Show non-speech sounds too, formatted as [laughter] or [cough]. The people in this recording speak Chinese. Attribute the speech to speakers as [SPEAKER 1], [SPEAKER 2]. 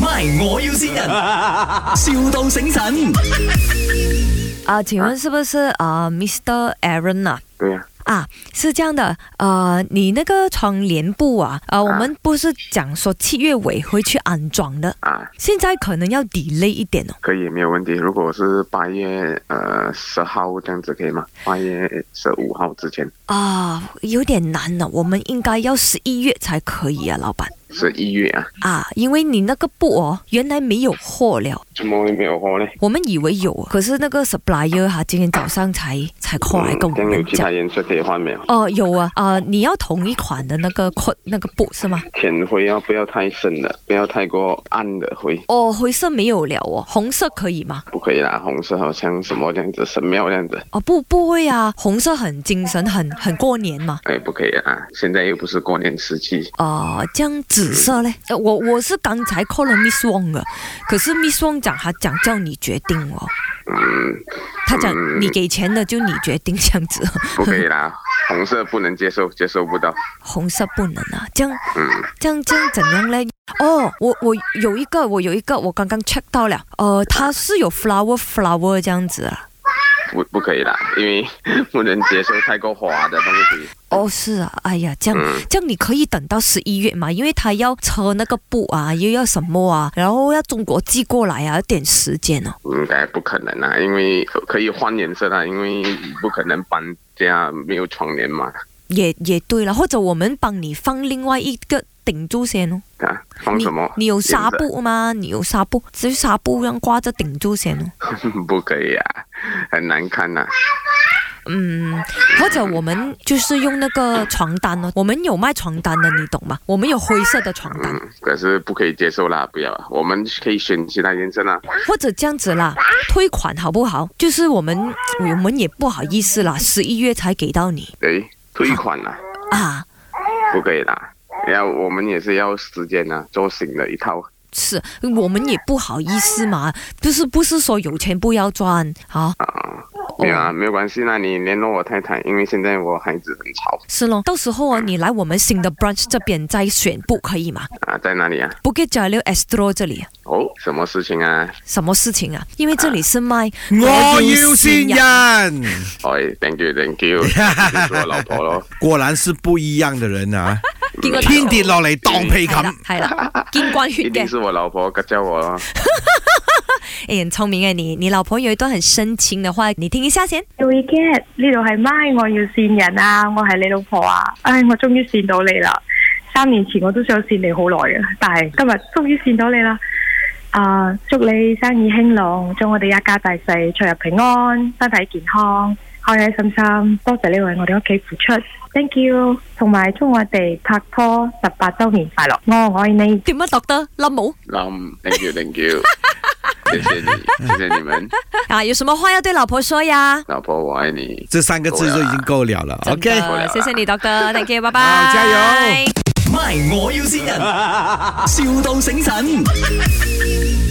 [SPEAKER 1] MY，我要先人，, [laughs] 笑到醒神。
[SPEAKER 2] 啊，请问是不是呃，Mr. Aaron 啊？
[SPEAKER 3] 对呀、
[SPEAKER 2] 啊，是这样的，呃，你那个窗帘布啊，呃，我们不是讲说七月尾会去安装的，
[SPEAKER 3] 啊，
[SPEAKER 2] 现在可能要 delay 一点哦。
[SPEAKER 3] 可以没有问题。如果是八月呃十号这样子可以吗？八月十五号之前，
[SPEAKER 2] 啊，有点难呢、我们应该要十一月才可以啊，老板
[SPEAKER 3] 十一月啊，
[SPEAKER 2] 啊，因为你那个布哦，原来没有货了，
[SPEAKER 3] 怎么会没有货呢？
[SPEAKER 2] 我们以为有，可是那个 supplier 哈、今天早上才才 call 来跟我
[SPEAKER 3] 这嗯样有
[SPEAKER 2] 们
[SPEAKER 3] 其
[SPEAKER 2] 讲
[SPEAKER 3] 他，颜色可以换没有？
[SPEAKER 2] 哦、有啊，啊、你要同一款的那个 coat 那个布是吗？
[SPEAKER 3] 浅灰啊，不要太深的，不要太过暗的灰，
[SPEAKER 2] 哦，灰色没有了哦，红色可以吗？
[SPEAKER 3] 不可以啦。红色好像什么这样子，神庙这样子，
[SPEAKER 2] 哦，不，不会啊，红色很精神，很很过年嘛。
[SPEAKER 3] 哎，不可以啊。现在又不是过年时期，
[SPEAKER 2] 呃，这样紫色嘞？呃我我是刚才 call 了 Miss Wong 了，可是 Miss Wong 讲她讲叫你决定哦，
[SPEAKER 3] 嗯，
[SPEAKER 2] 她讲
[SPEAKER 3] 嗯
[SPEAKER 2] 你给钱的就你决定这样子，
[SPEAKER 3] 不可以啦。红色不能接受，接受不到。
[SPEAKER 2] [laughs] 红色不能啊，这样
[SPEAKER 3] 嗯，
[SPEAKER 2] 这样这样怎样嘞？哦，我我有一个，我有一个，我刚刚 check 到了，呃，它是有 flower flower 这样子啊。
[SPEAKER 3] 不不可以啦，因为 [laughs] 不能接受太过花的东西。
[SPEAKER 2] 哦，是啊，哎呀，这样、
[SPEAKER 3] 嗯
[SPEAKER 2] 这样你可以等到十一月嘛，因为他要车那个布啊，又要什么啊，然后要中国寄过来啊，要点时间哦。
[SPEAKER 3] 应该不可能啦，因为可以换颜色啦，啊因为不可能搬家没有窗帘嘛，
[SPEAKER 2] 也也对了，或者我们帮你放另外一个顶住先哦。
[SPEAKER 3] 啊，放什么？
[SPEAKER 2] 你有纱
[SPEAKER 3] 颜
[SPEAKER 2] 布吗？你有纱布，只是纱布让挂着顶住先哦。
[SPEAKER 3] 色？ [laughs] 不可以啊，很难看啊呐、
[SPEAKER 2] 嗯，或者我们就是用那个床单哦，我们有卖床单的，你懂吗？我们有灰色的床单，
[SPEAKER 3] 嗯，可是不可以接受啦，不要啊，我们可以选其他颜色啦。
[SPEAKER 2] 或者这样子啦，退款好不好？就是我们我们也不好意思啦，十一月才给到你
[SPEAKER 3] 诶，退
[SPEAKER 2] [laughs]
[SPEAKER 3] 款啦，
[SPEAKER 2] 啊。
[SPEAKER 3] 不可以啦，要我们也是要时间呐，做新的一套。
[SPEAKER 2] 是我们也不好意思嘛，就是不是说有钱不要赚啊？
[SPEAKER 3] 没有
[SPEAKER 2] 哦
[SPEAKER 3] 啊，没有关系啦，你联络我太太，因为现在我孩子很吵
[SPEAKER 2] 是咯，到时候啊，你来我们新的 branch 这边再选布可以吗
[SPEAKER 3] 啊，在哪里啊？
[SPEAKER 2] ？Bukit Jalil Astro 这里
[SPEAKER 3] 哦，什么事情啊？
[SPEAKER 2] 什么事情啊？因为这里是卖
[SPEAKER 4] 我要先人，
[SPEAKER 3] 哎，thank you，thank
[SPEAKER 2] [laughs]
[SPEAKER 3] you，就是我老婆咯。
[SPEAKER 4] 果然是不一样的人 [laughs] 啊！
[SPEAKER 2] 見過
[SPEAKER 4] 天跌落嚟當被
[SPEAKER 2] 系啦
[SPEAKER 4] 冚，
[SPEAKER 2] 系啦，见惯血
[SPEAKER 3] 一
[SPEAKER 2] 嘅。
[SPEAKER 3] 定
[SPEAKER 4] [laughs]
[SPEAKER 3] 是我老婆教我咯。
[SPEAKER 2] 诶，很聪明嘅你，你老婆有一段很深情的话，你听一下先。
[SPEAKER 5] We get 呢度係 My，我要善人啊，我係你老婆啊，唉，我終於善到你啦！三年前我都想善你好耐啊，但係今日終於善到你啦！啊，祝你生意興隆，祝我哋一家大細出入平安，身體健康，開開心心。多謝你為我哋屋企付出，thank you，同埋祝我哋拍拖十八週年快樂，我愛你。
[SPEAKER 2] 点啊乜读得冧冇？
[SPEAKER 3] 嗯 thank you，thank you，谢谢你，谢谢你们，
[SPEAKER 2] 啊，有什么话要对老婆说呀？
[SPEAKER 3] 老婆我爱你。
[SPEAKER 4] 这三个字就已经够了了。
[SPEAKER 2] 真
[SPEAKER 4] OK，
[SPEAKER 2] 的谢谢你 d o thank you，拜拜，
[SPEAKER 4] 好加油。
[SPEAKER 1] MY，我要先人，,笑到醒神。